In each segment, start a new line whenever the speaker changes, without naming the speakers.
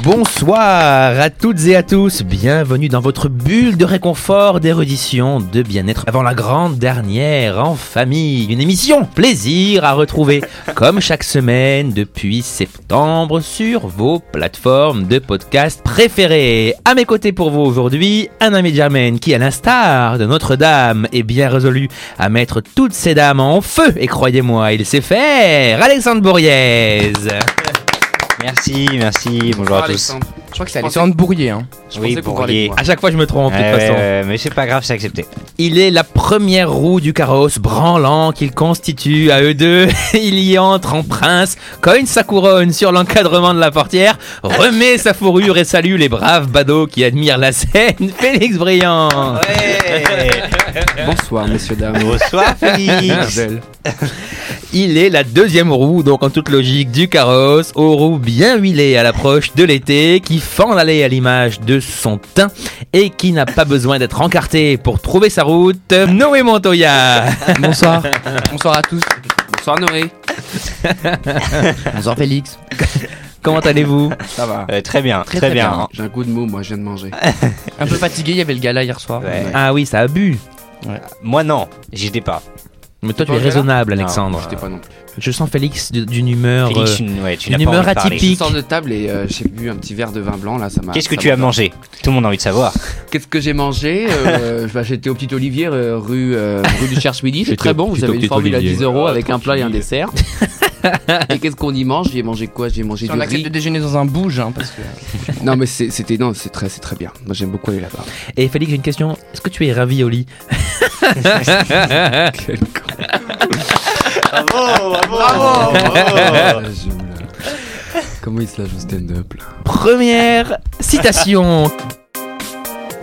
Bonsoir à toutes et à tous, bienvenue dans votre bulle de réconfort, d'érudition, de bien-être avant la grande dernière en famille. Une émission plaisir à retrouver, comme chaque semaine depuis septembre sur vos plateformes de podcast préférées. À mes côtés pour vous aujourd'hui, Anna Medjamen qui, à l'instar de Notre-Dame, est bien résolu à mettre toutes ces dames en feu. Et croyez-moi, il sait faire. Alexandre Bourriez.
Merci, merci, bonjour à tous.
Alexandre. Je crois que c'est Alexandre.
Alexandre Bourrier. Hein.
Je
Oui,
pensais qu'on parlait de
Bourrier.
moi.
À chaque fois, je me trompe de toute
Eh Ouais,
façon.
ouais, mais c'est pas grave, c'est accepté.
Il est la première roue du carrosse branlant qu'il constitue à eux deux. Il y entre en prince, cogne sa couronne sur l'encadrement de la portière, remet sa fourrure et salue les braves badauds qui admirent la scène. Félix Briand
Bonsoir, messieurs, dames.
Bonsoir Félix
Bordel.
Il est la deuxième roue, donc en toute logique, du carrosse, aux roues bien huilées à l'approche de l'été, qui fend l'allée à l'image de son teint et qui n'a pas besoin d'être encarté pour trouver sa route. Noé Montoya
Bonsoir. Bonsoir à tous.
Bonsoir Noé.
Bonsoir, Félix.
Comment allez-vous
Ça va.
Euh, Très bien, très, bien. hein.
J'ai un coup de mou, moi je viens de manger.
Un peu fatigué, il y avait le gala hier soir.
Ouais.
Ah oui, ça a bu
Moi non, j'y étais pas.
Mais toi, tu
Bon,
es
je vais là.
raisonnable,
Non,
Alexandre.
J'étais pas non plus.
Je sens Félix d- d'une humeur.
Félix,
euh,
tu, n- ouais, tu
une
n'as pas
humeur
envie de parler.
atypique. Ah,
Je sors de table et euh, j'ai bu un petit verre de vin blanc là, ça m'a.
Qu'est-ce que
ça
tu
m'a-
as mangé Tout le monde a envie de savoir.
Qu'est-ce que j'ai mangé Euh, bah, J'étais au Petit Olivier, euh, rue, euh, rue du Cherche Midi. C'est
J'étais
très
au
bon, vous
Petit
avez une
Petit
formule à
Olivier.
10 euros
Ah,
avec un plat et un
tranquille.
dessert. et qu'est-ce qu'on y mange J'ai mangé quoi J'ai mangé
Si
du
on accepte
riz.
de déjeuner dans un bouge, hein, parce que.
Non mais c'est- c'était non, c'est très, c'est très bien. Moi j'aime beaucoup aller là-bas.
Et Félix, j'ai une question. Est-ce que tu es ravi au lit
Bravo,
Oh, bravo, Ah, j'aime là. Comment il se lâche au stand-up là
Première citation.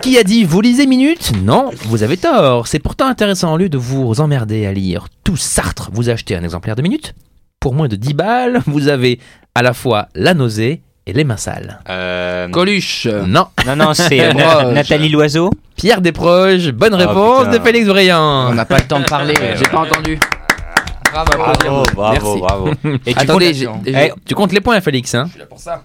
Qui a dit vous lisez minute Non, vous avez tort. C'est pourtant intéressant au lieu de vous emmerder à lire tout Sartre. Vous achetez un exemplaire de minute. Pour moins de 10 balles, vous avez à la fois la nausée et les mains sales.
Euh,
Coluche
Non.
non, non, c'est euh,
Moi,
Na-
euh,
Nathalie Loiseau.
Pierre Desproges, bonne réponse
Ah, putain.
de Félix
On
Briand.
n'a pas le temps de parler.
Ouais,
J'ai pas entendu.
Ah. Bravo,
Bravo, bravo,
Merci.
bravo. Et tu
Attendez,
comptes-
j'ai-
Eh,
j'ai-
Tu comptes les points, Félix, hein
Je suis là pour ça.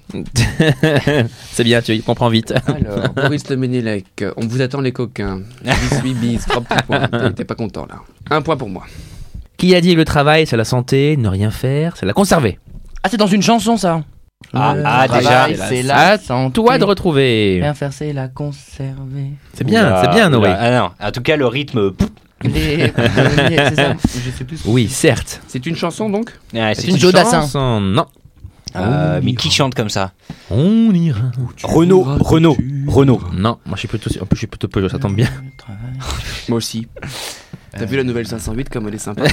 C'est bien, tu comprends vite.
Alors, Boris Le Ménélec, on vous attend les coquins. Bis, oui, bis, trois petits points. T'es- T'es pas content là. Un point pour moi.
Qui a dit le travail, c'est la santé, ne rien faire, c'est la conserver
Ah, c'est dans une chanson, ça.
Ah,
Le
ah,
travail,
déjà.
C'est
Ah,
la santé.
Toi de retrouver
Rien faire, c'est la conserver.
C'est bien,
Oula,
c'est bien, Noé.
oula. Ah non, en tout cas, le rythme. pff,
Les premiers, c'est ça. Je sais plus.
Oui, certes.
C'est une chanson donc
ah, c'est
une
une-
Joe Dassin.
chanson, Non. Ah,
Euh, mais qui chante comme ça
On ira.
Renaud, Renaud, Renaud.
Non, moi je suis plutôt. En plus, je suis plutôt Peugeot, ça tombe bien.
Le travail.
Moi aussi. T'as vu la nouvelle 508 comme elle est sympa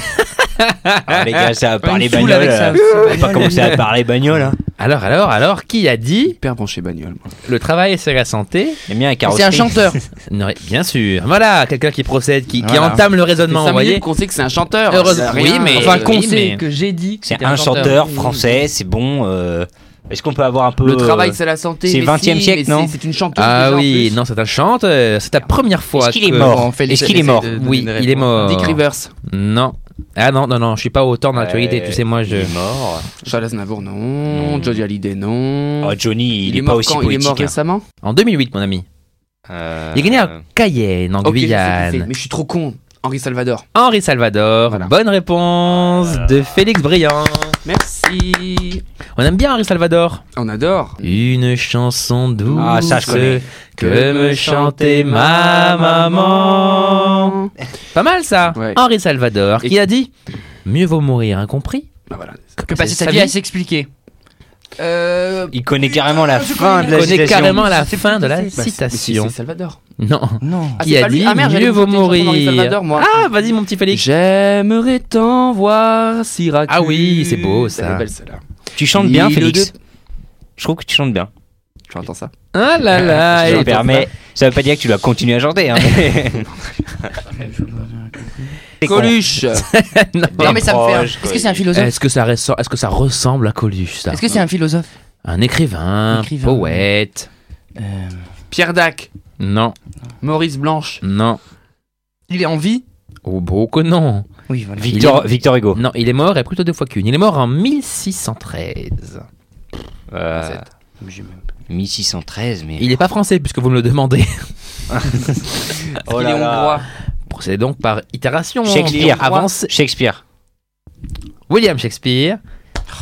Ah, les gars, ça va parler
Une foule
bagnole.
avec sa-
euh,
sa
On va pas
bagnole.
commencer à parler bagnole. hein.
Alors, alors, alors, qui a dit
Hyper branché bagnole. moi.
le travail, c'est la santé
J'aime bien la
C'est un
carrosserie.
chanteur.
Ne rien- Bien sûr. Voilà, quelqu'un qui procède, qui, qui
Voilà.
entame le
C'est
raisonnement, vous
cinq
voyez
minutes qu'on sait que c'est un chanteur.
Heureusement.
Ça a
Oui,
rien-
mais-
Enfin,
euh,
qu'on
oui, mais-
sait que j'ai dit. que
C'est
c'était
un chanteur
Oui, oui.
français, c'est bon. euh, Est-ce qu'on peut avoir un peu.
le
euh,
travail c'est la santé.
c'est
mais
20e
si,
siècle,
mais c'est-
non
C'est une chanteuse.
Ah
déjà, en
oui,
plus.
non, c'est un chanteur. euh, C'est ta première fois.
Est-ce qu'il est
que-
mort
Bon, Félix,
Est-ce qu'il est
essaie
mort
de- de
Oui,
donner
il est mort.
Dick Rivers.
Non. Ah non, non, non, je suis pas autant dans l'actualité,
Euh,
tu sais, moi je.
Il est mort.
Charles Aznavour non.
Non.
Jody Hallyday non.
Oh, Johnny, il, est, pas
mort
aussi
quand Mm. Il est
politique.
mort récemment
En 2008, mon ami.
hein. Euh,
Il a gagné à Cayenne, en
Ok, je sais qui c'est,
Guyane.
Mais je suis trop con. Henri Salvador.
Henri Salvador,
Voilà.
bonne réponse de Félix Briand.
Merci.
On aime bien Henri Salvador.
On adore.
Une chanson douce
Ah, ça, je connais.
que me chantait ma maman. Pas mal ça.
Ouais.
Henri Salvador
Et-
qui a dit Mieux vaut mourir incompris
Bah voilà.
Que passer sa
Sa
vie
vie
à s'expliquer. Euh.
Il connaît carrément la fin de la
On est
citation.
carrément à la
C'est
fin de la
plus-
Bah, c'est-
citation.
mais C'est c'est Salvador.
Non.
Non.
Ah,
qui
c'est
a
pas lui.
dit
Ah, merde, j'allais
Mieux vaut
vous écouter une chanson d'Henri
mourir.
Salvador, moi.
Ah, vas-y, mon petit Félix.
J'aimerais t'en voir, Syracuse.
Ah oui, c'est beau, ça.
Elle est belle celle-là.
Tu chantes bien,
Il
Félix.
le-
Je trouve que tu chantes bien.
Tu entends ça
Ah là là.
je
il
te
est
permets. Ça veut pas dire que tu dois continuer à chanter. Hein. C'est con.
Coluche
Non.
Non, mais ça me fait. un-
Proche,
Est-ce que Eh, c'est un philosophe
Est-ce que, ça ressort- est-ce que ça ressemble à Coluche, ça
Est-ce que c'est un philosophe
Un écrivain,
Écrivain.
poète.
Pierre Dac,
Non,
Maurice Blanche,
non.
Il est en vie
Oh, beau que non.
Oui, voilà.
Victor, Victor Hugo.
Non, il est mort et plutôt deux fois qu'une. Il est mort en 1613.
Euh,
Sept.
J'ai même- 1613, mais.
Il n'est pas français puisque vous me le demandez.
Oh
Il est
là là.
hongrois.
Procédez donc par itération.
Shakespeare.
Avance.
Shakespeare.
William Shakespeare.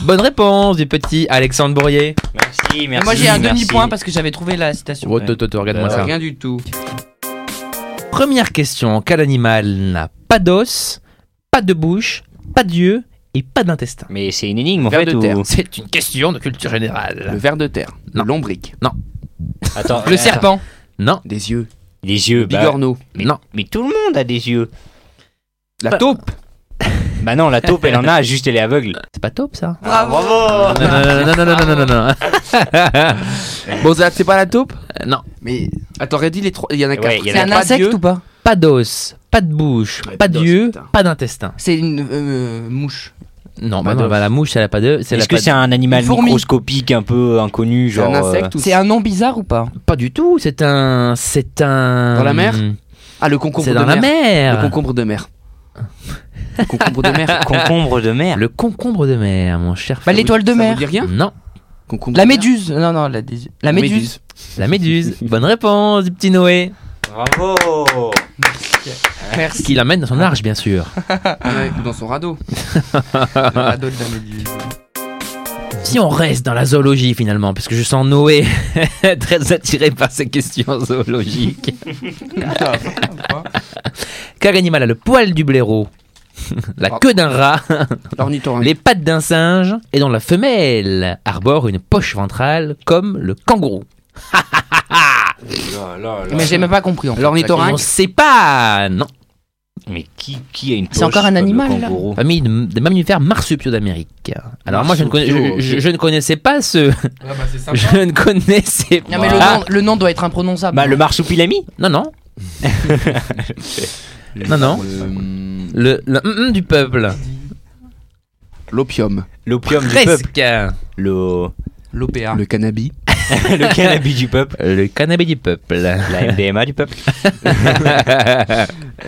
Bonne réponse du petit Alexandre Bourrier.
Merci, merci.
Moi j'ai un
merci.
demi-point parce que j'avais trouvé la citation.
Oh, toto, regarde-moi
Euh,
ça.
Rien du tout.
Première question. Quel animal n'a pas d'os, pas de bouche, pas d'yeux et pas d'intestin
Mais c'est une énigme en
Vers
fait
de
ou-
terre.
C'est une question de culture
Le
générale.
ver de terre.
Non.
Le lombric.
Attends,
Le
euh,
serpent.
Non,
Des yeux.
Les yeux,
Le
bah,
bigorneau.
mais,
Non.
mais tout le monde a des yeux.
La taupe.
Bah non, la taupe elle en a, juste elle est aveugle.
c'est pas top ça.
Ah, bravo
Non, non, non, non, non, non, non, non.
Mozart, c'est pas la taupe
Euh, non.
Mais. Attends, aurait dit les trois. Il y en a
Ouais,
quatre.
il y en
C'est
a
un
pas
insecte
d'yeux.
ou pas
Pas d'os, pas de bouche,
Ouais,
pas
pas d'os,
d'yeux,
putain.
pas d'intestin.
C'est une euh, mouche.
Non, bah
Pas
non,
d'os.
bah la mouche, elle a pas de. c'est la
Est-ce que
pas-
c'est un animal
Une fourmi.
microscopique un peu inconnu,
C'est
genre
un
euh,
insecte ou
C'est un nom bizarre ou pas
Pas du tout, c'est un. C'est un.
Dans la mer Ah, le concombre
C'est
de
dans la
Le
mer
concombre de mer. Le concombre de mer.
concombre de mer.
Le concombre de mer, mon cher.
Bah, l'étoile de
Ça
mer.
vous dit rien
Non,
Concombre
La
de mer.
méduse. Non, non, la, dé- la méduse.
la méduse. Bonne réponse, du petit Noé.
Bravo
Merci.
Qui l'amène dans son arche, bien sûr.
Ah Ouais, ou dans son radeau. le
Ah.
radeau de la méduse.
Oh
Si on reste dans la zoologie, finalement, parce que je sens Noé très attiré par ces questions zoologiques. Car animal a le poil du blaireau, la queue d'un rat,
L'ornithorynque.
les pattes d'un singe, et dont la femelle arbore une poche ventrale comme le kangourou.
Mais j'ai même pas compris. en fait.
On sait pas Non
Mais qui, qui a une
C'est
poche
encore
comme
un
le
animal, là
kangourou
Famille de- des mammifères marsupiaux d'Amérique. Alors moi, je ne, connais-
Marsupiaux,
je- je-
ok.
je ne connaissais pas ce...
Ah, bah,
Je ne connaissais pas...
Non, mais le nom, le nom doit être imprononçable.
Ah. Bah le marsupilami
Non, non. non, non.
Euh,
Le, le hum, hum du peuple.
L'opium.
L'opium du peuple.
Presque.
Le,
Ah.
L'OPA.
Le cannabis.
le cannabis du peuple.
Le cannabis du peuple.
La MDMA du peuple.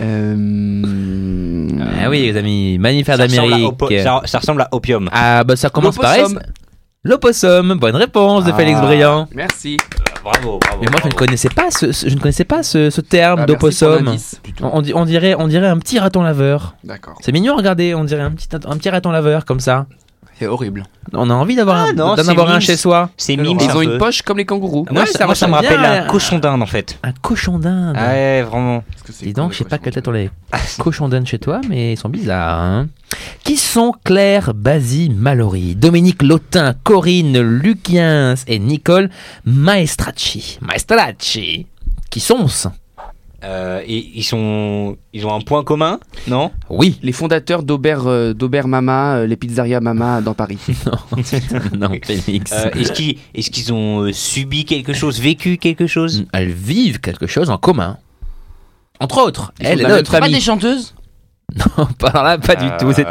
Euh,
Ah oui, les amis, mammifères
ça, ressemble à
d'Amérique.
opo- ça- ça ressemble à opium.
Ah bah ça commence par S.
L'opossum.
L'opossum. Bonne réponse de
Ah.
Félix Briand.
Merci.
Bravo, bravo.
Mais moi je ne
bravo.
connaissais pas ce, ce- je ne connaissais pas ce, ce terme
Ah, merci pour
d'opossum.
l'indice. Oh.
On, on di- on dirait on dirait un petit raton laveur.
D'accord.
C'est mignon, regardez, on dirait un petit un petit raton laveur comme ça.
C'est horrible.
On a envie d'avoir
Ah
un,
non,
d'en
c'est
avoir un
mime.
chez soi.
C'est mime.
Ils
un
ont
peu.
une poche comme les kangourous.
Moi,
Ouais,
ça,
ça
moi, ça me
ressemble
rappelle
bien à-
un cochon d'Inde en fait.
Un cochon d'Inde.
Ah ouais, vraiment.
Dis donc, je sais pas quelle tête on les
Ah,
cochons d'Inde chez toi, mais ils sont bizarres. hein. Qui sont Claire Basie Mallory, Dominique Lautin, Corinne Luquiens et Nicole Maestracci Maestracci Qui sont-ce
Euh, et ils sont, ils ont un point commun, non
Oui.
Les fondateurs d'Aubert euh, d'Aubert Mama, euh, les pizzerias Mama dans Paris.
non, Félix.
Euh, Est-ce qu'ils, est-ce qu'ils ont euh, subi quelque chose, vécu quelque chose
Elles vivent quelque chose en commun. Entre autres,
Ils sont
elle
de
et
la même
l'autre.
Pas
famille.
des chanteuses
Non, pas, là, pas du
Euh,
tout. C'est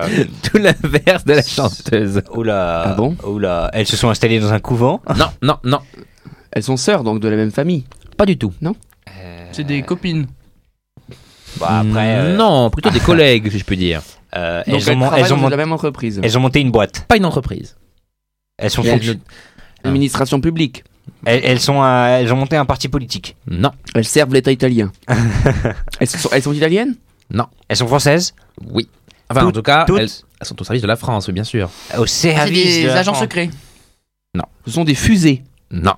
tout l'inverse de la chanteuse.
Oh là,
Ah bon
oh là, elles se sont installées dans un couvent.
Non, non, non,
Elles sont sœurs donc de la même famille.
pas du tout.
C'est des copines.
Bah, après, euh,
Non, plutôt des collègues, si je peux dire.
euh,
Donc
elles, ont, mon-
travaillent
elles ont
dans
mon-
la même entreprise.
elles ont monté une boîte.
Pas une entreprise.
Elles sont,
Et
fonction-
elles-
Administration publique.
elles, elles sont, euh, elles ont monté un parti politique.
Non,
Elles servent l'État italien. elles, sont, elles sont italiennes
Elles sont françaises
oui. Enfin, en
Toutes-
tout cas,
toutes
elles, elles sont au service de la France, bien sûr.
au
Ah C'est
service
des
de la
agents
France.
secrets.
Ce sont des fusées.
Non.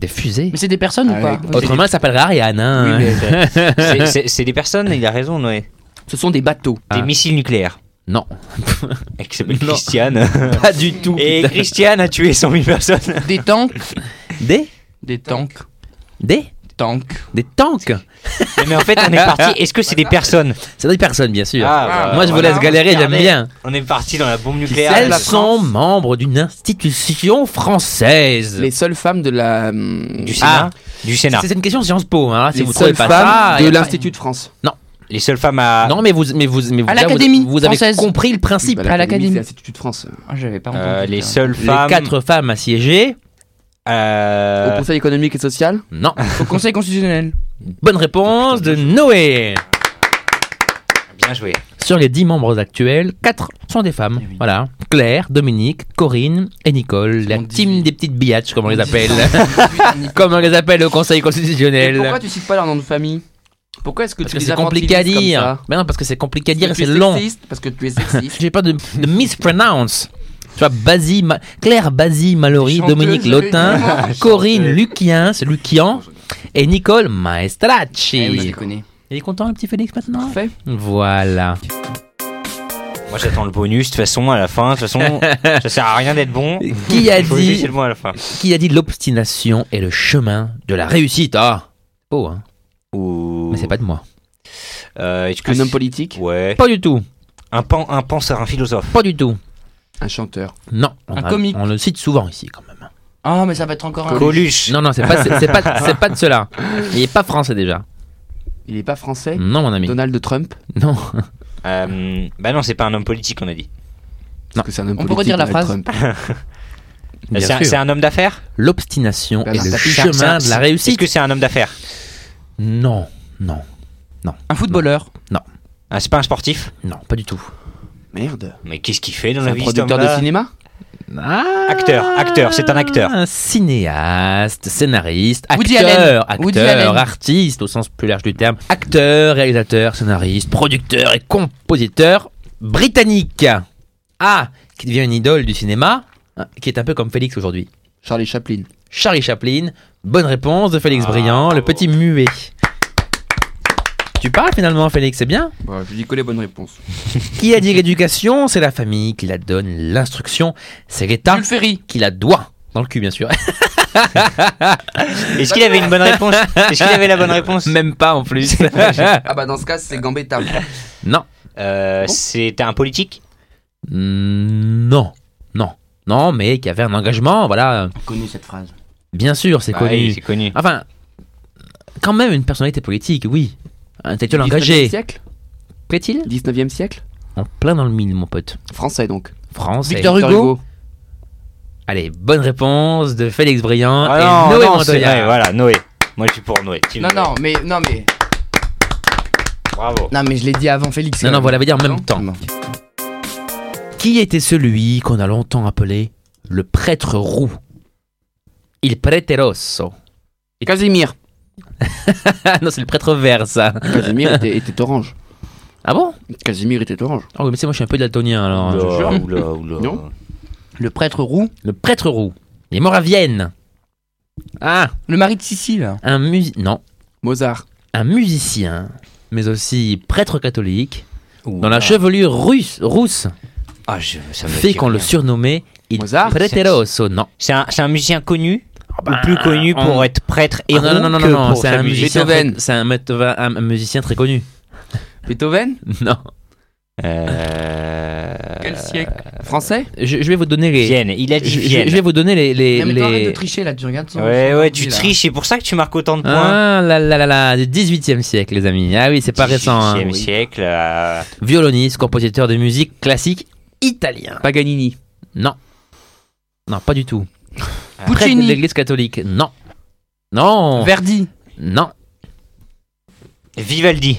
Des fusées
Mais c'est des personnes ou
Ah,
pas
oui.
Autrement, elle s'appellerait Ariane. hein.
Oui, mais euh, c'est- c'est- C'est des personnes, il a raison, Noé.
Ce sont des bateaux.
Ah.
Des missiles nucléaires.
Non,
Et qui s'appelle
Non.
Christiane.
pas du tout.
Et Christiane a tué 100 000 personnes.
Des tanks
Des
Des tanks.
Des
Tanks.
Des tanks
Mais en fait, on est parti. Est-ce que c'est des personnes
C'est des personnes, bien sûr.
Ah, bah,
Moi, je vous
voilà.
laisse galérer, j'aime
Regardez.
bien.
On est parti dans la bombe nucléaire.
Elles
La-
sont membres d'une institution française.
Les seules femmes de la. hum,
Du Sénat.
Ah.
Du Sénat.
C'est une question Sciences Po. Hein. Si
les
vous trouvez
seules
pas
femmes
ça, y
de
a pas-
l'Institut de France.
Les seules femmes à.
Non, mais vous, mais vous, mais vous,
À
là, vous-
l'Académie
vous, avez
française.
compris le principe.
Bah,
à l'Académie.
C'est l'Institut de France.
Ah, J'avais pas entendu.
Euh, les
ça.
seules
les
femmes.
quatre femmes assiégées.
euh,
Au Conseil économique et social.
Non.
Au Conseil constitutionnel.
Bonne réponse de Noé.
Bien joué.
Sur les 10 membres actuels, 4 sont des femmes.
Eh oui.
Voilà. Claire, Dominique, Corinne et Nicole. La
mon
team
dix-huit.
des petites biatches, comme on les
Mon
appelle.
dix-huit.
comme on les appelle au Conseil
Et pourquoi
constitutionnel.
tu cites pas leur nom de famille Pourquoi est-ce que
Parce
tu
que
les
c'est compliqué à
infantilises comme
dire.
ça
Mais non, parce que c'est compliqué à
Parce
dire et
que tu
c'est
es
long.
sexiste, Parce que tu es sexiste.
J'ai peur de, de mispronounce. Tu vois, Basie, Ma- Claire Basie Mallory,
Chanteuse,
Dominique
oui.
Lotin, Corinne Lucien, c'est Lucian, et Nicole Maestracci.
Eh oui, je les connais.
Il est content le petit Félix maintenant
Parfait.
Voilà.
Moi j'attends le bonus de toute façon à la fin. De toute façon, ça sert à rien d'être bon.
Qui a
Il faut juste
dit
c'est le bon à la fin.
Qui a dit l'obstination est le chemin de la réussite Ah Oh, hein.
Ou.
mais c'est pas de moi.
Euh, est-ce que
Un homme
c'est-
politique,
Ouais.
Pas du tout,
Un pan, un penseur, un philosophe.
pas du tout.
un chanteur.
Non, on,
Un
a-
comique.
on le cite souvent ici quand même.
Ah, mais ça va être encore un.
Coluche.
Non, non, c'est pas, c'est c'est pas, c'est pas de cela. Il est pas français déjà.
Il est pas français
Non, mon ami.
Donald Trump
Non.
Euh, bah non, c'est pas un homme politique, on a dit.
Parce que c'est un homme
On peut
politique,
redire la
Donald
phrase
Trump.
Bien
C'est un,
sûr.
c'est un homme d'affaires
L'obstination
Bernard
est le
Tapie.
chemin
C'est un-
de la
Est-ce
réussite.
que c'est un homme d'affaires
Non, non,
Un footballeur.
Ah, c'est pas un sportif
non, pas du tout.
Merde.
Mais qu'est-ce qu'il fait dans la
Un
vie cet
producteur de
homme-là
cinéma
Ah,
Acteur, acteur, c'est un acteur.
Un cinéaste, scénariste, acteur,
Woody Allen.
acteur,
Woody Allen.
artiste au sens plus large du terme, acteur, réalisateur, scénariste, producteur et compositeur britannique. Ah, qui devient une idole du cinéma, hein, qui est un peu comme Félix aujourd'hui.
Charlie Chaplin.
Charlie Chaplin, bonne réponse de Félix
Ah,
Briand, le
bravo.
petit muet. Tu parles finalement, Félix, c'est bien
Bon, je dis que les bonnes réponses.
Qui a dit l'éducation C'est la famille qui la donne, l'instruction, c'est l'État
Jules Ferry.
qui la doit. Dans le cul, bien sûr.
Est-ce qu'il avait une bonne réponse Est-ce qu'il avait la bonne réponse
Même pas en plus.
Ah bah dans ce cas, c'est Gambetta.
non.
euh,
Bon.
C'était un politique
Mm, Non. Non. Non, mais qui avait un engagement, voilà.
On connaît cette phrase.
Bien sûr, c'est
Ah oui,
connu.
C'est connu.
Enfin, quand même une personnalité politique, oui. Un intellectuel
19e
engagé.
siècle
Qu'est-il
19e siècle
En plein dans le mille, mon pote.
Français donc.
France.
Victor Hugo.
Allez, bonne réponse de Félix Briand
Ah
et
non,
Noé
non, c'est-
Montoya.
ouais, voilà, Noé. Moi, je suis pour Noé. Team
Non,
Noé.
non, mais non, mais
Bravo.
non, mais je l'ai dit avant Félix.
Non, non, voilà, va dire en même
Non.
temps.
Non.
Qui était celui qu'on a longtemps appelé le prêtre roux Il prete rosso.
Casimir.
Ah non, c'est le prêtre vert, ça.
Casimir était, était orange.
Ah bon
Casimir était orange.
Oh, mais c'est moi, je suis un peu daltonien alors. hein.
Oula,
jure.
oula, oula.
Non.
Le prêtre roux.
Le prêtre roux. Il est mort à Vienne. Ah,
Le mari de Sicile.
un musi- non,
Mozart.
un musicien, mais aussi prêtre catholique,
Ouh.
dans la chevelure russe, rousse,
Ah, je, ça me
fait
dit
qu'on le
rien.
surnommait il
Mozart,
prete rosso. Non.
C'est un, c'est un musicien connu
bah,
Ou plus connu
on-
pour être prêtre et
Ah, non, non, non, non, non, c'est un musicien, très-
Beethoven.
c'est un, Beethoven- un musicien très connu.
Beethoven
Non,
Quel siècle
Français
je, je vais vous donner les.
Euh, Vienne, il a
Je, je-
dit
je
Vienne.
vais vous donner les. les,
Non, mais toi,
les-
arrête de tricher là, tu regardes. son-
Ouais,
son
ouais, tu
ordi, là.
triches, c'est pour ça que tu marques autant de points.
Ah là là là là, du 18e siècle, les amis. Ah oui, c'est pas récent. hein.
18e siècle. euh,
Violoniste, compositeur de musique classique italien.
Paganini.
Non. Non, pas du tout. Prêtre de
Puccini.
l'église catholique. Non. Non.
Verdi.
Non.
Vivaldi.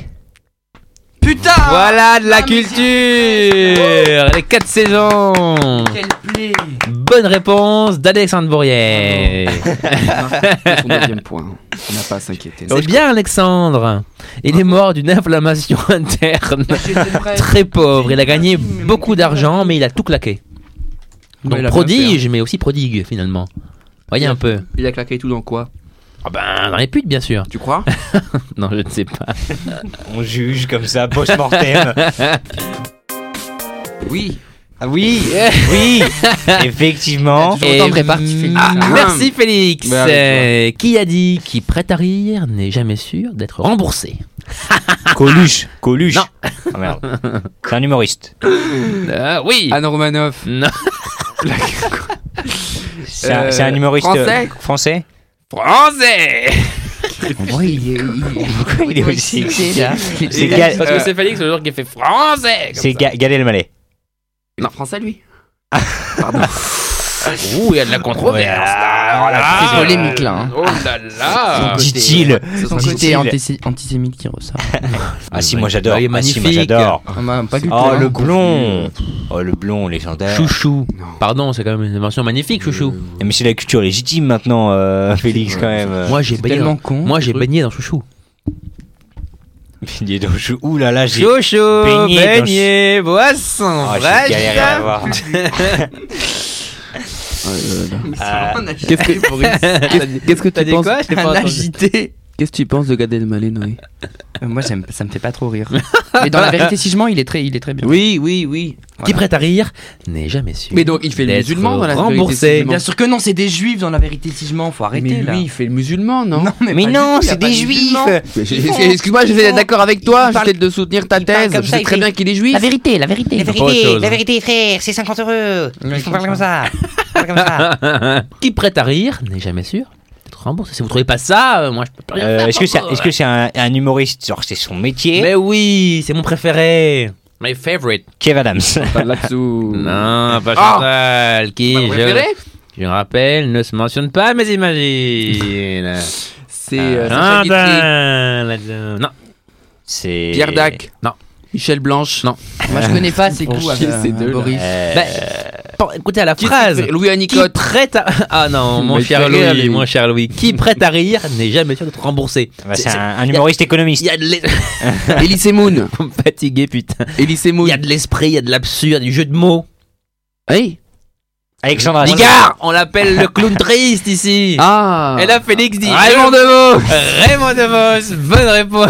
Putain.
Voilà de la
Ah, mais
culture Les quatre saisons
Quel plaie.
Bonne réponse d'Alexandre Bourrier
Ah,
C'est son deuxième point. On n'a pas à s'inquiéter.
C'est bien Alexandre Il est mort d'une inflammation interne. Très pauvre, il a gagné beaucoup d'argent, mais il a tout claqué.
Ouais,
Donc
il a bien hein.
prodige, mais aussi prodigue finalement. Voyez un peu.
Il a claqué tout dans quoi
Ah ben, dans les putes bien sûr.
Tu crois
Non, je ne sais pas.
On juge comme ça, post-mortem.
Oui.
Ah oui, oui, effectivement.
Il y a toujours autant de réparties,
m-
Félix.
ah,
Ah,
merci Félix.
Bah, avec
Euh, qui a dit qui prête à rire n'est jamais sûr d'être remboursé
Coluche, Coluche.
Non.
Ah, merde. C'est un humoriste.
Euh, Oui.
Anne Romanoff.
Non.
C'est un-
Euh,
c'est un, humoriste euh,
français
français.
Français.
Oui, il est- il est-
il est aussi excité
excité, là.
C'est Ga-
Parce
euh,
que c'est Félix le jour qui fait français. comme
C'est
ça.
Ga- Gad Elmaleh.
Non, français lui.
Ouh, il y a de la controverse. là.
Ah,
alors là,
C'est polémique là. hein.
Oh là là
côté-
Dit-il.
Son
côté
côté
anti-
antisé- antisémite qui ressort.
Ah si, moi j'adore.
Il est
Ah, si,
magnifique.
moi, j'adore.
Ah, bah, pas du tout.
Oh
hein.
le blond. Oh le blond légendaire.
Chouchou.
Non. Oh
Pardon, c'est quand même une mention magnifique, chouchou.
Eh, Mais c'est la culture légitime maintenant, euh, Félix quand même.
Moi j'ai
C'est
baigné.
tellement
Dans...
con.
Moi j'ai
ce truc.
baigné dans chouchou.
Il est dans le jeu. Ouh là là, j'ai.
Chouchou,
baigné dans
baigné, boisson,
Oh, j'ai galéré à
fraîche.
le voir. Ah.
Qu'est-ce que, qu'est-ce- qu'est-ce que
T'as
tu
dit
penses
quoi Je t'ai pas
Un
entendu.
agité. Qu'est-ce que tu penses de Gad Elmaleh, Noé
Euh, Moi, j'aime- ça me fait pas trop rire. Mais dans la vérité, si je mens, il est très, il est très bien.
Oui, oui, oui.
Qui prête à rire n'est jamais sûr.
Mais donc il fait le
d'être
musulman dans la
remboursé.
vérité,
Bien sûr que non, c'est des juifs dans la vérité, si je mens, faut
Mais
arrêter là.
lui, il fait le musulman, non,
Mais non,
pas du tout, y a
c'est
pas
des
de
juifs.
musulmans.
Excuse-moi, je vais être d'accord avec toi, j'essaie de soutenir ta thèse,
comme
je
ça,
sais
il
très
fait-
bien qu'il est juif.
La vérité, la vérité.
La
autre
vérité,
hein.
chose.
la vérité, frère, c'est 50 euros.
Ouais,
Il faut parler comme ça. Parler comme ça.
Qui prête à rire n'est jamais sûr d'être remboursé. Si vous trouvez pas ça, euh, moi je peux pas rien
Euh,
faire
Est-ce que c'est
pour
est-ce que c'est un, un humoriste Genre c'est son métier.
Mais oui, c'est mon préféré. My favorite.
Kev Adams.
Pas de là-dessous.
Non, pas
Ah
Chantal, qui
Mon préféré,
je, je rappelle ne se mentionne pas, mais imagine.
c'est euh, Sacha Guitry,
Chantal, la- non,
C'est
Pierre Dac,
non.
Michel Blanche,
Non.
Moi, je connais pas ces
Pour
goûts
chier,
avec
ces
euh,
deux, là.
Boris.
Euh,
Bah, pen- écoutez à la phrase.
Ben, Louis
Qui
Anicotte.
prête à... Ah non, mon
Mais
cher
fais rire,
Louis,
lui.
mon cher Louis. Qui prête à rire n'est jamais sûr d'être remboursé.
bah,
C'est-
c'est un, un humoriste
Il
économiste.
y a de l'es-
Elise Moon,
Faut me fatiguer, putain.
Elise
Il
Moon.
y a de l'esprit, il y a de l'absurde, il y a du jeu de mots.
Hey.
Alexandre Astier.
Digard, on l'appelle le clown triste ici.
Ah.
Et là, Félix dit
Raymond Devos.
Raymond DeVos, bonne réponse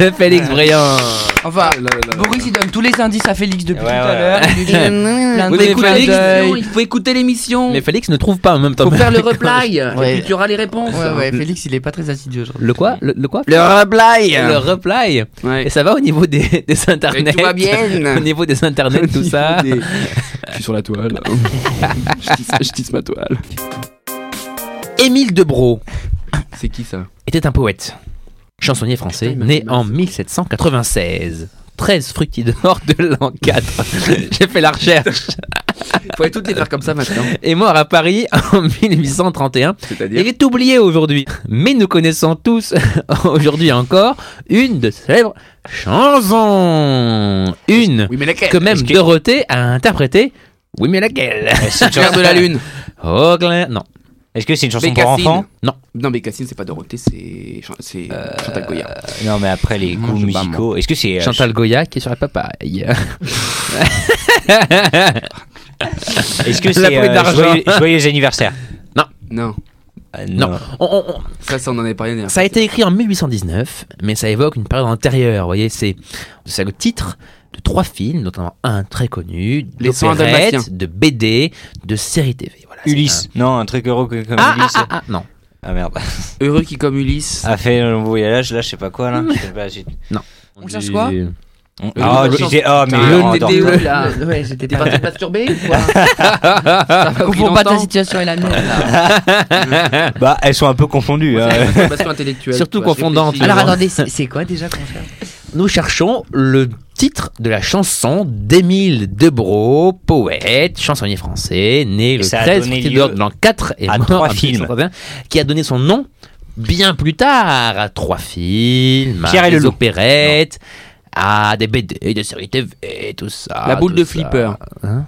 de Félix Briand.
Enfin,
Oh
Boris, il donne tous les indices à Félix depuis
Ouais,
tout à
ouais.
l'heure. Il lui dit plein
Oui,
de
mais
coups
Félix,
d'œil.
Il faut écouter l'émission.
Mais Félix ne trouve pas en même temps.
Faut faire le reply. Et puis tu auras les réponses.
Ouais, ouais, Félix, il est pas très assidu aujourd'hui.
Le quoi le, le quoi
Le reply.
Le reply. Et ça va au niveau des, des internets
Et tout va bien.
Au niveau des internets, tout ça.
Je suis sur la toile. je, tisse, je tisse ma toile.
Émile Debro
C'est qui ça
était un poète, chansonnier français,
Putain, il m'a
né
fait mal,
en 1796. 13 fructidores de l'an 4. J'ai fait la recherche.
Faut toutes les faire comme ça maintenant.
Et mort à Paris en 1831. Il
C'est-à-dire
est oublié aujourd'hui. Mais nous connaissons tous, aujourd'hui encore, une de ses célèbres chansons. Une
Oui, mais laquelle
que Eh, même
Est-ce
Dorothée a interprétée. Oui, mais laquelle
Euh, c'est une
Claire
chanson-
de la Lune.
Oh, Glenn- Non.
Est-ce que c'est une chanson pour
Bécassine.
enfants
Non.
Non, mais Cassine, c'est pas Dorothée, c'est Chan- c'est Chantal Goya.
Non, mais après les
Moi,
goûts
je sais pas,
musicaux. Est-ce que c'est euh,
Chantal Goya qui est sur la papaye.
Est-ce que
La
c'est
poêle
euh,
d'argent.
joyeux, joyeux anniversaire
Non,
Euh,
non. On- on- on-
ça, ça on en avait parlé. la dernière
Ça a été écrit en 1819, mais ça évoque une période antérieure. Vous voyez, c'est c'est le titre de trois films, notamment un très connu,
Les Cent
d'opérette,
Dalmatiens.
de BD, de série TV. Voilà, c'est
Ulysse.
un-
Non, un truc heureux que- comme
Ah, ah,
Ulysse.
ah, ah, non.
Ah, merde.
fois. Heureux qui comme Ulysse.
A fait un voyage là, je sais pas quoi là. Je sais pas, j'ai-
On cherche quoi
On- Ah,
le-
tu disais, oh, mais
Le
oh,
TTE.
attends.
Le-
là. Ouais, j'étais
T'es
pas.
parti te masturber ou quoi
Ça Confonds pas ta situation et la mienne là.
Bah, elles sont un peu confondues. hein.
C'est une masturbation intellectuelle.
Surtout
quoi, je
confondante.
réfléchis.
Alors attendez, c'est c'est quoi déjà qu'on cherche
Nous cherchons le titre de la chanson d'Émile Debro, poète, chansonnier français, né le
ça a
13
donné
février
lieu
dans 4 et
à
mort
trois
en
films.
1831, qui a donné son nom bien plus tard à trois films,
Pierre
à
et le
des
loup.
opérettes, à des BD, des séries TV, tout ça.
La boule
tout
de
ça.
flipper.
Hein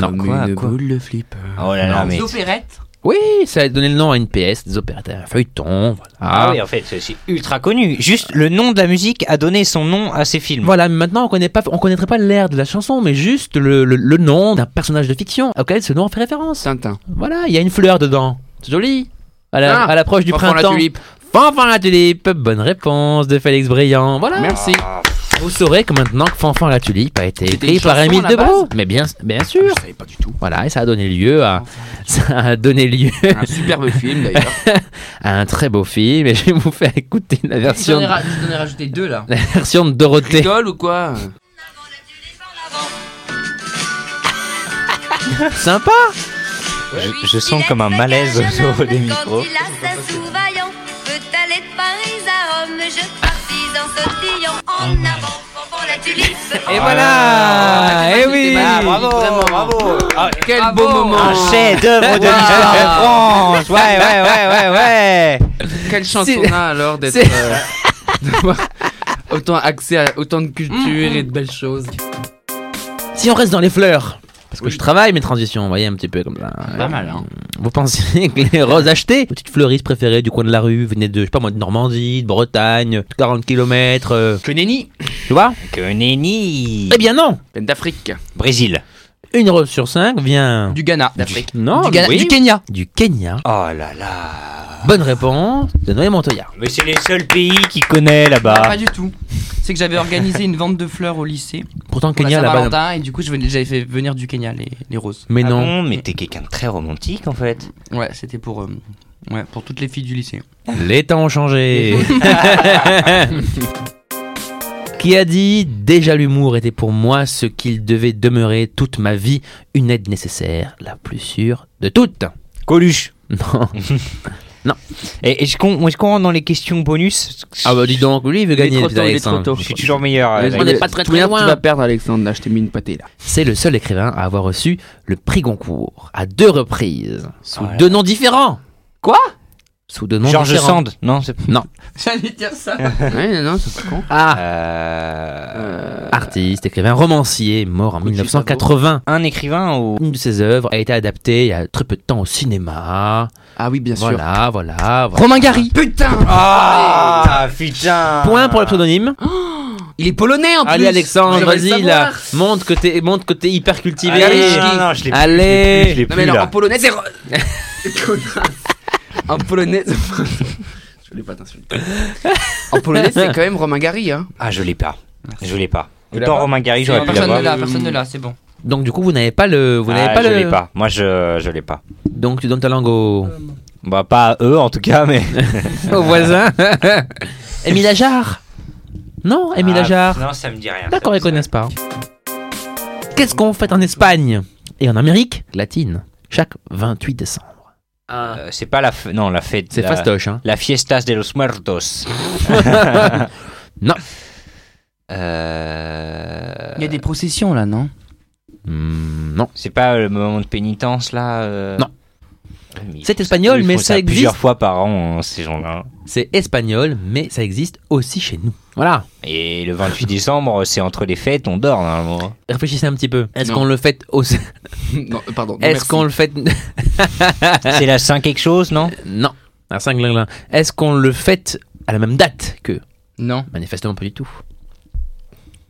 non,
Comme
quoi,
une
quoi
boule de flipper.
Oh là là, mais.
L'opérette
Oui, ça a donné le nom à une PS, des opérettes, un feuilleton, voilà.
Ah oui, en fait, c'est- c'est ultra connu. Juste le nom de la musique a donné son nom à ces films.
Voilà, mais maintenant on connaît pas, on connaîtrait pas l'air de la chanson, mais juste le, le- le nom d'un personnage de fiction auquel ce nom fait référence.
Tintin.
Voilà, il y a une fleur dedans. C'est joli. À la-
Ah,
à l'approche du
Fanfan la
printemps.
tulipe.
Fanfan la tulipe. Bonne réponse de Félix Briand. Voilà.
Merci.
Vous saurez que maintenant que Fanfan la tulipe a été
C'était
écrit
une
par
chanson
Émile
à la
Debro. Mais bien, bien sûr.
Je savais pas du tout.
Voilà, et ça a donné lieu à, ça a donné lieu
Un superbe film d'ailleurs.
à un très beau film. Et je vais vous faire écouter la
Je
version,
t'en ai
la
ra- je t'en ai rajouté deux là.
version de Dorothée.
Rigole ou quoi
Sympa.
Je, je sens comme un malaise autour des micros.
Peut aller de Paris à Rome, je partis en sautillant en avant, fanfan la tulipe
Et voilà Et Eh oui
Ah, bravo, bravo. Ah,
Quel beau moment
un
oh.
chef-d'œuvre de l'histoire de France. Ouais, ouais, ouais, ouais, ouais.
Quelle chance
C'est-
on a alors d'être.
c'est-
euh, d'avoir autant accès à autant de culture et de belles choses.
Si on reste dans les fleurs, parce que je travaille mes transitions, vous voyez, un petit peu comme ça.
Bah
Pas mal, hein.
Vous pensiez que les roses achetées, vos petites fleuristes préférées du coin de la rue, venaient de, je sais pas moi, de Normandie, de Bretagne, 40 km,
Que nenni
tu vois
Que nenni.
Eh bien non
Peine d'Afrique.
Brésil.
Une rose sur cinq vient...
Du Ghana.
D'Afrique.
Non,
Du, Ghana-
Oh, oui.
du Kenya.
Du Kenya.
Oh là là.
Bonne réponse de Noé Montoya.
Mais c'est les seuls pays qu'il connaît
Ah,
là-bas.
pas du tout. C'est que j'avais organisé une vente de fleurs au lycée.
Pourtant,
Pour
Kenya
la
là-bas.
Saint-Valentin et du coup je venais- j'avais fait venir du Kenya les, les roses.
Mais
Ah
non.
bon, mais t'es quelqu'un de très romantique en fait.
Ouais, c'était pour euh, ouais, pour toutes les filles du lycée.
Les temps ont changé. Qui a dit déjà l'humour était pour moi ce qu'il devait demeurer toute ma vie, une aide nécessaire, la plus sûre de toutes.
Coluche.
Non.
Et est-ce qu'on est-ce qu'on rentre dans les questions bonus
Ah bah dis donc, lui il veut
Il est
gagner. le
trop
petit
tôt, il est
Alexandre.
trop tôt.
Je suis toujours meilleur. euh,
On
avec-
n'est pas très,
Ah, Tu
très
viens,
loin.
Tu vas perdre Alexandre, là je t'ai mis une pâtée là.
C'est le seul écrivain à avoir reçu le prix Goncourt à deux reprises sous
Oh là
deux noms différents.
Quoi
Sous deux noms
George
différents.
Sand. Non, c'est
J'allais dire ça.
Ouais, non, non, c'est pas con.
Ah,
euh,
Euh,
artiste, écrivain, romancier, mort en
Gauthier
1980.
un écrivain ou
Une de ses œuvres a été adaptée il y a très peu de temps au cinéma.
ah oui, bien sûr.
Voilà, voilà, voilà.
Romain Gary.
Putain
Ah putain.
Point pour le pseudonyme.
Il est polonais en plus
Allez Alexandre,
J'aurais le
vas-y
savoir.
là, montre que t'es, montre que t'es hyper cultivé.
Allez,
Allez.
non, non, je l'ai plus,
Allez.
je l'ai plus, je l'ai
Non
plus,
mais alors
là.
en polonais c'est... Connasse. en polonais... c'est- je voulais pas t'insulter. En polonais c'est quand même Romain Gary hein.
Ah, je l'ai pas. Je l'ai pas.
l'as
Autant
pas
Romain Gary, j'aurais pu
Personne
l'avoir.
ne l'a, personne ne l'a, c'est bon.
Donc du coup vous n'avez pas le, vous n'avez
Ah,
pas
je
le.
l'ai pas. Moi, je, je l'ai pas.
Donc tu donnes ta langue au,
Bah, pas à eux en tout cas, mais.
au voisin. Émile Ajar. Non, Émile
Ah,
Ajar.
Non, ça me dit rien.
D'accord,
Ça-
ils connaissent pas. Qu'est-ce qu'on fête en Espagne et en Amérique latine chaque 28 décembre
Ah.
Euh, C'est pas la. f- Non, la fête.
C'est
la-
fastoche, hein.
La Fiestas de los Muertos.
Non.
Euh,
Il y a des processions là, non
Hmm, non.
C'est pas le moment de pénitence là euh,
Non.
Ah, mais ils
C'est
font
espagnol,
ils
mais
font
ça existe.
Plusieurs fois par an, hein, ces gens-là.
C'est espagnol, mais ça existe aussi chez nous. Voilà.
Et le 28 décembre, c'est entre les fêtes, on dort normalement. hein.
Réfléchissez un petit peu. Est-ce
Non.
qu'on le fête au...
Non, euh, pardon. non,
Est-ce
merci.
qu'on le fête
c'est la Saint quelque chose, non
Non. Un cinq glinglin. Est-ce qu'on le fête à la même date que
Non.
Manifestement pas du tout.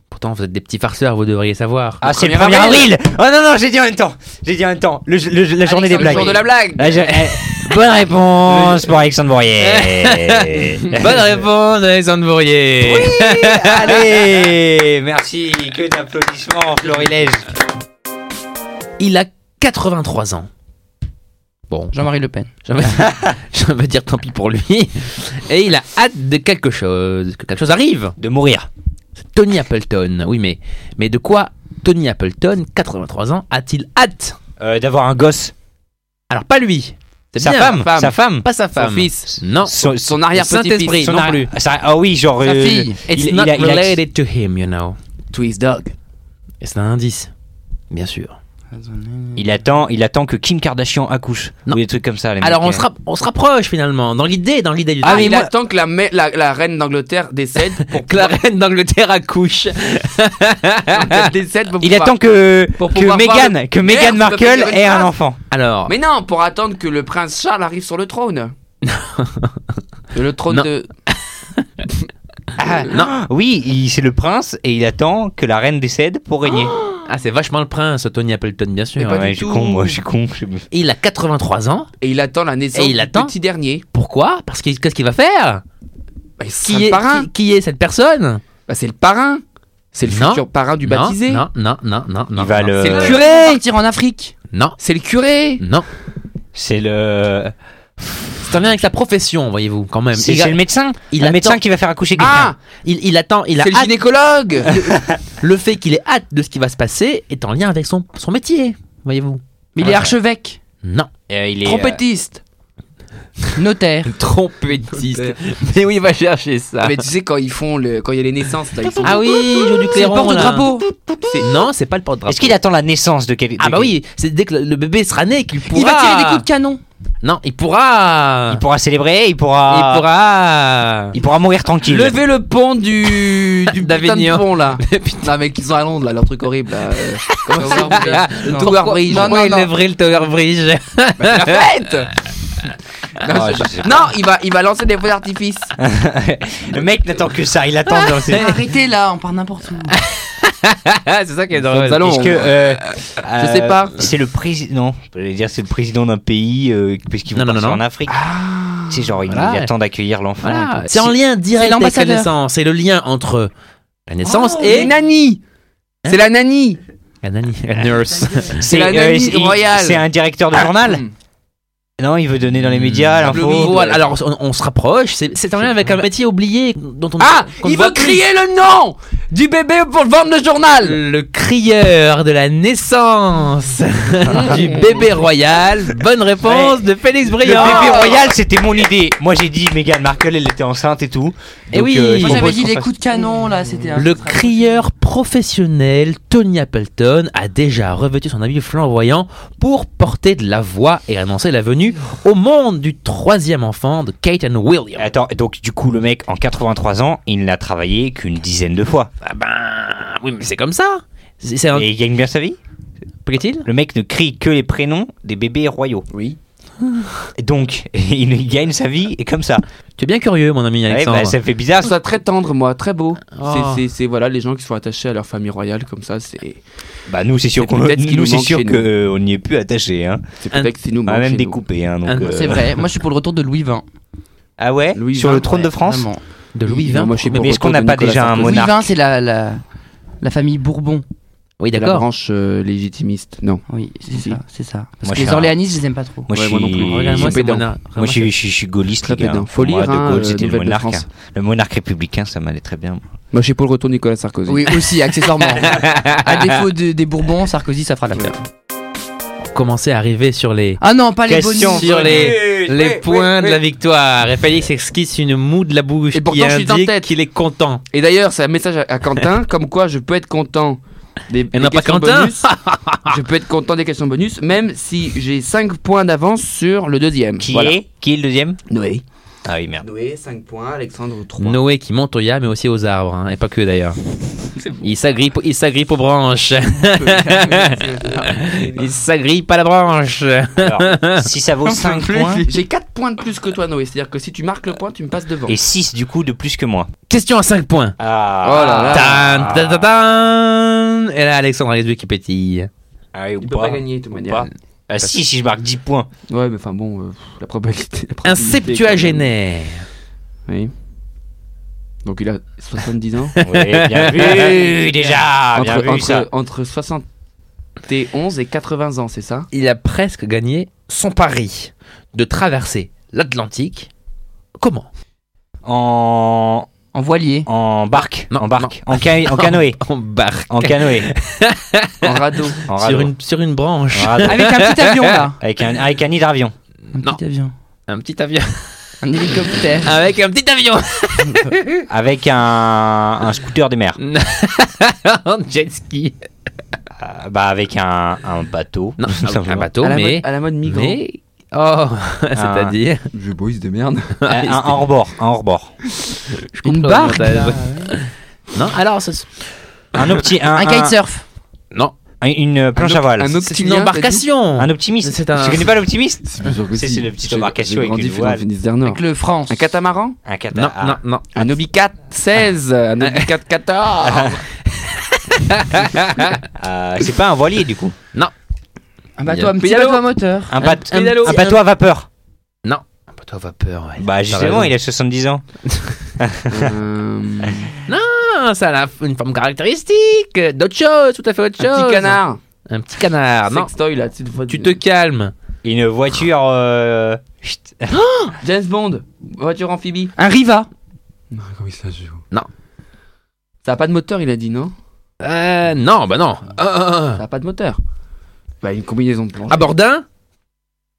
Pourtant, vous êtes des petits farceurs, vous devriez savoir.
Ah, c'est le 1er
1er
avril Oh non, non, j'ai dit en même temps J'ai dit en même temps, le- le- la journée des
Alexandre,
blagues.
jour de la blague
Ah, j'ai- eh, Bonne réponse pour Alexandre Bourrier
Bonne réponse, Alexandre Bourrier.
Allez Merci, que d'applaudissements, florilège
Il a 83 ans. Bon,
Jean-Marie Le Pen.
j'avais veux dire tant pis pour lui. Et il a hâte de quelque chose, que quelque chose arrive.
De mourir.
Tony Appleton, oui, mais, mais de quoi Tony Appleton, 83 ans, a-t-il hâte
Euh, D'avoir un gosse.
Alors, pas lui. C'est
Sa
bien,
femme, sa femme.
Pas sa femme.
fils.
Non.
Son-
Son Saint-Esprit,
son
non
arri-
plus.
ça- Ah oui, genre...
Sa
euh,
fille.
It's
il-
not
il a- il a-
related to him, you know.
Twist dog.
Et c'est un indice. Bien sûr.
Il attend, il attend que Kim Kardashian accouche.
Non.
Ou des trucs comme ça. les
Alors,
mecs,
on se,
euh.
rap- on se rapproche finalement, dans l'idée, dans l'idée du
Ah,
truc.
mais il attend que la, ma- la, la reine d'Angleterre décède pour
Que la reine d'Angleterre accouche.
pouvoir- décède pour
Il
pouvoir-
attend que,
Pour
que
pouvoir voir
Meghan,
le-
que Meghan
Merde, ça
Markle
fait dire une
ait un
phrase.
enfant.
Alors,
Ah. Mais non, pour attendre que le prince Charles arrive sur le trône. le trône
Non.
de...
Ah,
non.
Oui, il- c'est le prince et il attend que la reine décède pour régner.
Ah, c'est vachement le prince, Tony Appleton, bien sûr.
Mais pas du
ouais, je suis
tout.
con, moi, je suis con. je-
Il a 83 ans.
Et il attend la naissance
Et il
du
attend.
petit dernier.
Pourquoi Parce que qu'est-ce qu'il va faire
Bah, il sera
qui
le
est,
parrain.
qui, qui est cette personne
Bah, c'est le parrain. C'est le
Non.
futur parrain du
non,
baptisé.
Non, non, non, non, non.
Il va
non.
le-
C'est
Euh,
curé.
Partir en Afrique.
Non,
C'est le curé.
non.
C'est le.
C'est en lien avec sa profession, voyez-vous, quand même.
C'est
Euh, il, a-
c'est le médecin.
il
Il le
attend-
médecin qui va faire accoucher quelqu'un.
Ah,
il, il attend, il a
c'est le
hâte.
gynécologue.
Le fait qu'il ait hâte de ce qui va se passer est en lien avec son, son métier, voyez-vous.
Mais il est archevêque.
Non.
Euh, il est. euh,
Trompettiste.
Notaire.
Trompettiste.
Notaire.
Mais oui, va chercher ça.
Ah, Mais tu sais, quand ils font le. Quand il y a les naissances, là, ils font.
Ah oui, je du
C'est le
clairon. là.
porte-drapeau.
C'est- Non, c'est pas le porte-drapeau.
Est-ce qu'il attend la naissance de quelqu'un
Ah bah oui, c'est dès que le bébé sera né qu'il pourra.
Il va tirer des coups de canon.
Non, il pourra.
Il pourra célébrer, il pourra.
Il pourra.
il pourra mourir tranquille.
Levez le pont du. du putain de
D'Avignon.
pont, là. non, mais qu'ils sont à Londres, là, leur truc horrible, là. euh, comment ça s'appelle Le
Non.
Tower Bridge.
Non, non, il lèverait le Tower Bridge.
Bah, La fête non,
Ah,
je-
je sais
non, il va, il va lancer des feux d'artifice.
Le mec n'attend que ça, il
Ah.
attend dans ses.
Bah, Arrêtez là, on part n'importe où.
c'est ça qui est
Dans le
drôle.
salon.
Est-ce que. euh, euh,
sais pas.
C'est le président. Non, j'allais dire c'est le président d'un pays, euh, parce qu'il
Non,
vont
non,
partir
non,
en
non.
Afrique.
Ah.
Ah.
C'est genre, il,
Voilà.
il attend d'accueillir l'enfant.
Voilà.
et tout.
C'est en lien direct avec la
l'ambassadeur.
naissance. C'est le lien entre la naissance
Et
et
Nani
Hein
C'est la Nani
la nanny, la nurse.
C'est
la nanny
c'est- Euh, il-
royale.
C'est un directeur de
Ah.
journal Hmm. Non, il veut donner dans les médias
Pablo
l'info.
Miro, Mmh. alors on, on se rapproche. C'est c'est en lien avec un métier oublié dont on
Ah
qu'on ne
Il
voit
veut
plus.
crier le nom du bébé pour vendre le journal
Le crieur de la naissance du bébé royal. Bonne réponse de Félix
Le
Briand.
bébé royal, c'était mon idée. Moi, j'ai dit Meghan Markle, elle était enceinte et tout.
Eh
Donc,
oui.
euh,
Moi,
je
Moi j'avais
propose
dit
qu'on
les
fasse-
coups de canon là, c'était.
Le crieur professionnel Tony Appleton a déjà revêtu son habit flamboyant pour porter de la voix et annoncer la venue au monde du troisième enfant de Kate and William.
Attends, donc du coup, le mec, en 83 ans, il n'a travaillé qu'une dizaine de fois.
Ah ben, oui, mais c'est comme ça. C'est c'est un.
Et il gagne bien sa vie
Plaît-il
Le mec ne crie que les prénoms des bébés royaux.
Oui.
Et donc, il il gagne sa vie et comme ça.
Tu es bien curieux, mon ami
Ouais,
Alexandre.
bah, ça fait bizarre.
Je trouve ça très tendre, moi, très beau.
Oh.
C'est- C'est c'est, voilà les gens qui sont attachés à leur famille royale comme ça. C'est
Bah, nous, c'est sûr
C'est
qu'on
peut-être ce qui
nous,
nous
c'est
manque
sûr
chez nous.
que, euh, on n'y est plus attaché. Hein.
c'est
Un-
peut-être que c'est nous.
On
Ah,
a
manque
même
chez
découpé. Hein, donc,
Un-
euh,
C'est vrai, moi je suis pour le retour de Louis XX.
Ah ouais
Louis
Sur
XX,
le trône de France
Vraiment.
De Louis
Non,
XX.
moi, je suis pour
Mais est-ce
retour
qu'on n'a
de
pas
Nicolas
déjà un
Sarkozy.
Louis
monarque
XX, c'est la, la, la famille Bourbon.
Oui,
C'est la
d'accord.
branche euh, légitimiste. Non.
Oui, c'est
Si.
ça, c'est ça. Parce
Moi,
que
je suis
les
un-
Orléanistes, je les aime pas trop.
Moi, je
Ouais,
suis.
moi non plus.
Regarde-moi,
Moi,
c'est
pédant.
mon art.
je suis, je suis- je suis gaulliste.
Très
les gars.
pédant. Faut
Moi,
lire,
De
hein,
Gaulle,
euh,
c'était le
Nouvelle de
monarque.
France.
hein. Le monarque républicain, ça m'allait très bien.
Moi, je suis pour le retour de Nicolas Sarkozy.
Oui, aussi, accessoirement. à défaut de- des Bourbons, Sarkozy, ça fera l'affaire.
Commencer à arriver sur les.
Ah non, pas les
Question
bonus.
sur les,
Oui,
les
oui,
points
oui,
de la
oui.
victoire. Et Félix esquisse une moue de la bouche
Et
qui
pourtant, je suis en
indique
tête.
qu'il est content.
Et d'ailleurs, c'est un message à, à Quentin, comme quoi je peux être content des, des
n'a pas
questions
Quentin.
bonus. je peux être content des questions bonus, même si j'ai 5 points d'avance sur le deuxième.
Qui
Voilà.
est Qui est le deuxième
Noé.
Ah oui, merde.
Noé, 5 points, Alexandre, 3.
Noé qui monte au ya, mais aussi aux arbres, hein, et pas que d'ailleurs. Il s'agrippe, il s'agrippe aux branches. il s'agrippe à la branche.
Alors, si ça vaut 5 points
J'ai 4 points de plus que toi, Noé. C'est-à-dire que si tu marques le point, tu me passes devant.
et 6 du coup de plus que moi.
Question à 5 points.
Ah,
Oh là là.
Tan, tan, tan, tan. Et là, Alexandre a les yeux qui pétillent.
Ah oui, ou
Il peut pas gagner, de toute
Ou
manière.
pas. Ah si, si je marque 10 points.
Ouais, mais enfin bon, euh, la probabilité. la
Un
probabilité,
septuagénaire.
quand même. Oui. Donc il a 70 ans.
Ouais, bien vu, Ah, déjà. Ah, Bien
entre,
vu,
entre-
ça.
entre 71 et 80 ans, c'est ça
Il a presque gagné son pari de traverser l'Atlantique. Comment
En,
En voilier.
en barque.
Non,
en barque. En, ca- en canoë.
En barque.
En canoë.
En radeau.
En
Sur
radeau.
une, sur une branche.
En radeau.
Avec un petit avion là.
Avec un, avec un nid d'avion.
Un
Non.
petit avion.
Un petit avion.
Un hélicoptère.
Avec un petit avion.
Avec un, un scooter des mers.
Un jet ski.
Euh, bah, avec un, un bateau.
Non,
tout
un
simplement.
bateau,
à, la
mais.
mode, à la mode migrant.
mais. Oh, c'est-à-dire.
Je boise de merde.
Un, un hors-bord. Un hors-bord.
Je
Une
comprends
barque,
le
là,
montage. Non, alors. c'est-
Un, opti- un,
Un
un-
kitesurf.
Non,
un- Une planche à voile.
un autre-
c'est
C'est
une
une herbe,
embarcation.
Un optimiste.
C'est un-
Tu connais pas l'optimiste
C'est plus sûr que
C'est-
si.
c'est la petite
J'ai-
embarcation
j'ai
avec
grandi
une
dans le
voile.
Finistère Nord.
Avec le France.
Un catamaran
Un cata-
Non,
ah.
non, non.
Un obicat 16 Un obicat 14
Euh, c'est pas un voilier du coup.
Ah
Un
bah
bateau, un petit
Pédalo.
bateau à moteur.
Un, bate-
un
un
petit-
bateau à vapeur.
Un bateau à vapeur, ouais.
Bah justement, il a 70 ans.
Euh,
Ah, ça a la- une forme caractéristique. D'autres choses, tout à fait autre
Un
chose.
petit canard
Un petit canard, non.
Sextoy là, Ah, tu te,
Tu te calmes.
Une voiture. euh, chut.
James Bond, voiture amphibie.
Un Riva.
Non, comment ça joue
Non.
Ça a pas de moteur, il a dit non
Euh, non, bah non. Ah, ah,
Ça a pas de moteur. Bah une combinaison de
ah.
planches.
À Bordin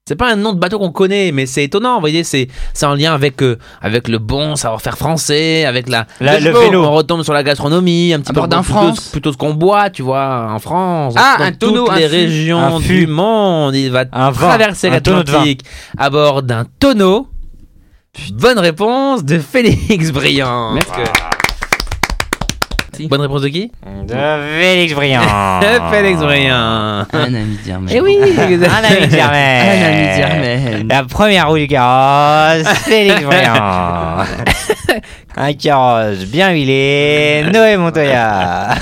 C'est pas un nom de bateau qu'on connaît, mais c'est étonnant. Vous voyez, c'est c'est en lien avec euh, avec le bon savoir-faire français, avec la,
La- le
cheval.
vélo.
On retombe sur la gastronomie, un petit
À
peu
bord d'un
plutôt,
France.
plutôt ce qu'on boit, tu vois, en France.
Ah,
dans
un tonneau,
toutes
un
les
fût.
régions
Un
du
fût.
monde, il va
Un vin,
traverser
un tonneau de vin.
l'Atlantique à bord d'un tonneau. Bonne réponse de Félix Briand.
Merci.
Bonne réponse de qui
De Félix Briand.
De Félix Briand.
Un ami d'Irmen.
Eh oui,
Ah,
Un ami de
Eh.
Un ami
Germaine.
d'Irmen.
La première roue du carrosse, Félix Briand. Un carrosse bien huilé, Noé Montoya.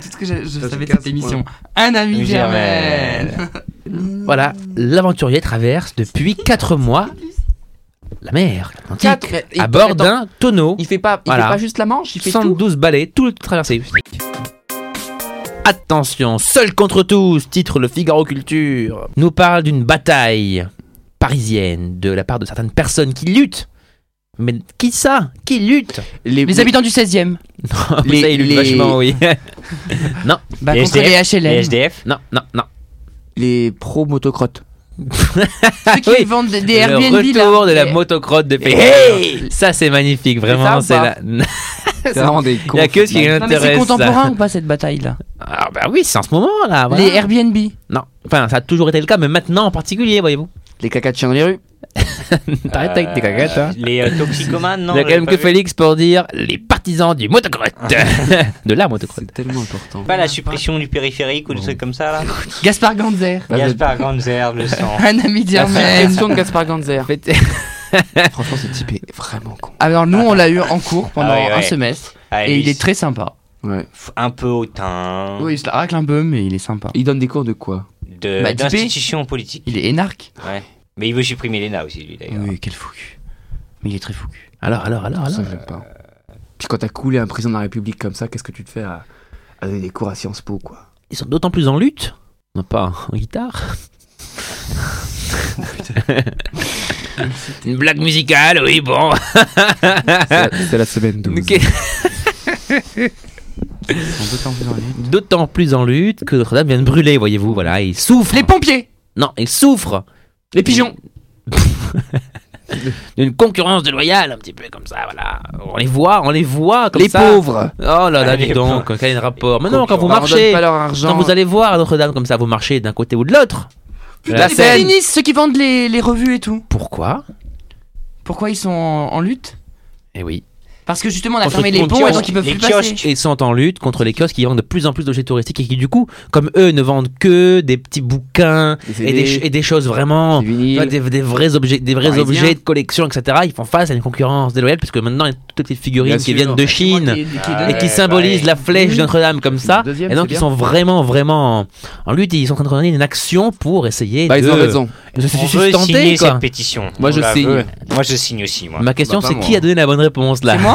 C'est ce que je, je
Ça,
savais de
c'est
cette
15
émission. Un ami
Germaine.
d'Irmen.
Voilà, l'aventurier traverse depuis 4 mois la mer, l'Atlantique,
Quatre, mais il-
à bord
attends,
d'un tonneau,
Il fait pas, il
Voilà.
fait pas juste la manche, il fait tout.
112 balais, tout le traversé. Attention, seul contre tous, titre Le Figaro Culture, nous parle d'une bataille parisienne de la part de certaines personnes qui luttent. Mais qui ça Qui lutte
Les,
Les habitants du 16 e
Mais Ça, il lutte
les-
vachement, oui.
Bah,
Les
contre les
SDF. Les
HLM.
SDF.
non, non, non.
les pros motocrottes.
Ceux qui
Oui.
vendent des, des
le
Airbnb.
retour
là.
de la
Et-
motocrotte de Pékin. ça, c'est magnifique, vraiment.
C'est
C'est
ça
la...
C'est vraiment des
Il y a que ce qui
Non, mais c'est
l'intéresse.
contemporain
ça.
ou pas cette bataille là
Ah bah oui, c'est en ce moment là. voilà.
Les Airbnb.
Non, enfin ça a toujours été le cas, mais maintenant en particulier, voyez-vous.
Les caca de chien dans les rues.
T'arrêtes avec tes cacahuètes. Hein.
Les euh, toxicomanes, non
Il y a quand
j'avais
même
pas
que
vu.
Félix pour dire les partisans du motocrotte. de la motocrotte.
C'est tellement important.
Pas la suppression du périphérique ou des trucs comme ça là
Ah,
Gaspard Ganzer.
Bah,
Gaspard Grandes Herbes, le sang.
Un ami d'Irmen.
Question de Gaspard Ganzer.
Faites-
Franchement, ce type est vraiment con.
Alors nous on l'a eu en cours pendant
Ah ouais, ouais.
un semestre
Ah,
et
lui,
il est très sympa.
Ouais.
Un peu hautain.
Oui, il se la racle un peu mais il est sympa.
Il donne des cours de quoi
de-
Bah, typé.
D'institution politique.
Il est énarque.
Ouais. Mais il veut supprimer l'ENA aussi, lui d'ailleurs.
Oui, quel foucu. Mais il est très foucu.
Alors, alors, alors, alors.
Ça, j'aime pas. Puis quand t'as coulé un président de la République comme ça, qu'est-ce que tu te fais à, à donner des cours à Sciences Po, quoi
Ils sont d'autant plus en lutte. Non, pas en guitare. Une blague musicale, oui, bon.
C'est la- c'est la semaine 12.
Ok. D'autant plus en lutte que Notre-Dame vient de brûler, voyez-vous, voilà, il souffre.
Les pompiers,
Non, il souffre
les pigeons.
d'une concurrence déloyale, un petit peu comme ça, voilà. On les voit, on les voit comme
Les
ça.
pauvres
Oh là là,
Les
dis donc, quel est le rapport Mais non, quand vous
On leur donne
marchez,
pas leur
quand
argent.
vous allez voir Notre-Dame comme ça, vous marchez d'un côté ou de l'autre.
La
les
scène.
féministes, ceux qui vendent les, les revues et tout.
Pourquoi
Pourquoi ils sont en, en lutte
Eh oui.
Parce que justement on a
Entre
fermé les
contre-
ponts et donc ils peuvent
les
plus passer.
kiosques.
Et ils sont en lutte contre les kiosques qui vendent de plus en plus d'objets touristiques et qui, du coup, comme eux, ne vendent que des petits bouquins
Des CD,
et des, et des choses vraiment.
des vinyles.
Tu vois, des, des vrais objets, des vrais
Parisiens.
objets de collection, etc. Ils font face à une concurrence déloyale parce que maintenant, il y a toutes les petites figurines
Bien
qui
sûr.
viennent de Chine
Qui- qui est
Ah,
donné.
et qui
ouais,
symbolisent
bah
la flèche
Oui.
de Notre-Dame comme ça.
Deuxième,
et donc,
c'est
ils
bien.
sont vraiment, vraiment en- en lutte. et Ils sont en train de mener une action pour essayer
Bah,
de,
ils ont raison.
de se
On veut
sustenter.
signer
quoi.
cette pétition.
Moi,
On
je
la
signe.
veut. Moi je signe aussi, moi.
Ma question,
Bah, pas
c'est
moi.
qui a donné la bonne réponse là
C'est moi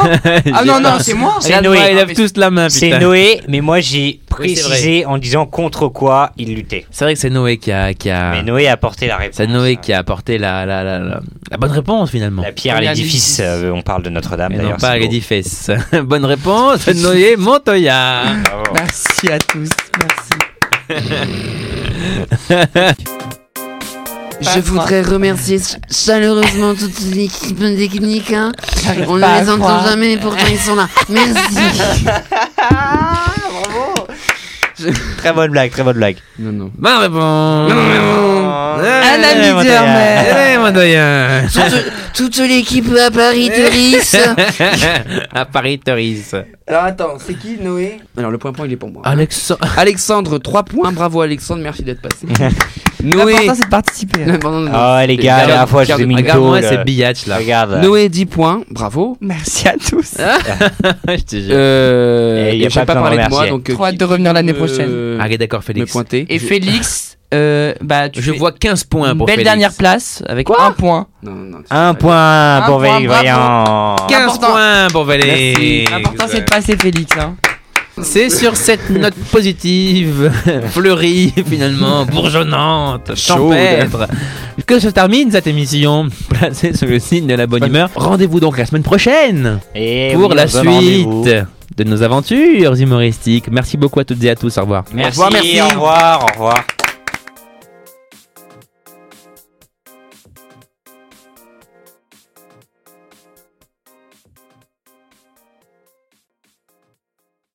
Ah non non, c'est moi.
C'est
Regarde-moi,
Noé.
Ils lèvent
Ah,
tous la main.
C'est
putain.
Noé, mais moi
Oui,
j'ai
c'est vrai.
précisé en disant contre quoi il luttait.
C'est vrai que c'est Noé qui a, qui a-
Mais Noé a apporté la réponse.
Ah. c'est Noé qui a apporté la, la, la, la- la bonne réponse finalement.
La pierre à
Première
l'édifice,
édifice.
euh, on parle de Notre-Dame
Et non
d'ailleurs.
pas
c'est beau.
l'édifice. bonne réponse, Noé Montoya.
Bravo.
Merci à tous. Merci.
Je voudrais remercier ch- chaleureusement toute l'équipe technique. hein. On ne
pas à
les entend
croire.
jamais, pourtant ils sont là. Merci.
Très bonne blague, très bonne blague.
Non, non.
bonne réponse. Eh,
Un ami
Montoya.
d'Hermès.
Noé Montoya.
Toute, toute l'équipe à Paris de Rice.
Eh, à Paris, Therese.
Alors attends, c'est qui Noé Alors le point-point, il est pour moi.
Alexandre.
Alexandre, 3 points. Bravo Alexandre, merci d'être passé.
L'important
Noé.
c'est de participer.
Non, non, non, non.
Oh les gars, la dernière fois je vous ai mis une
Regarde-moi
tôle.
ces biatchs là.
Regarde.
Noé, 10 points. Bravo.
Merci à tous.
Je te jure.
Euh,
Et il y a
et j'ai
pas
pas
besoin de
parlé de moi,
remercier.
donc. euh,
Trop hâte
qui-
de revenir l'année prochaine.
euh,
Ah, d'accord,
Me
Félix.
pointer.
Et Félix, euh, bah tu
Je
fais
vois 15 points
une
pour
belle
Félix.
dernière place euh, avec un point.
Non, non, non, c'est
Un
pas-
point
Un
pour
point,
Vélix Vaillant.
15
L'important-
points pour Félix.
L'important c'est de passer Félix. Hein.
C'est sur cette note positive, fleurie finalement, bourgeonnante, champêtre, que se termine cette émission placée sous le signe de la bonne humeur. Rendez-vous donc la semaine prochaine
Et
pour
Eh oui,
la
on se donne rendez-vous.
suite de nos aventures humoristiques. Merci beaucoup à toutes et à tous. Au revoir.
Merci,
revoir, merci.
au revoir, au revoir.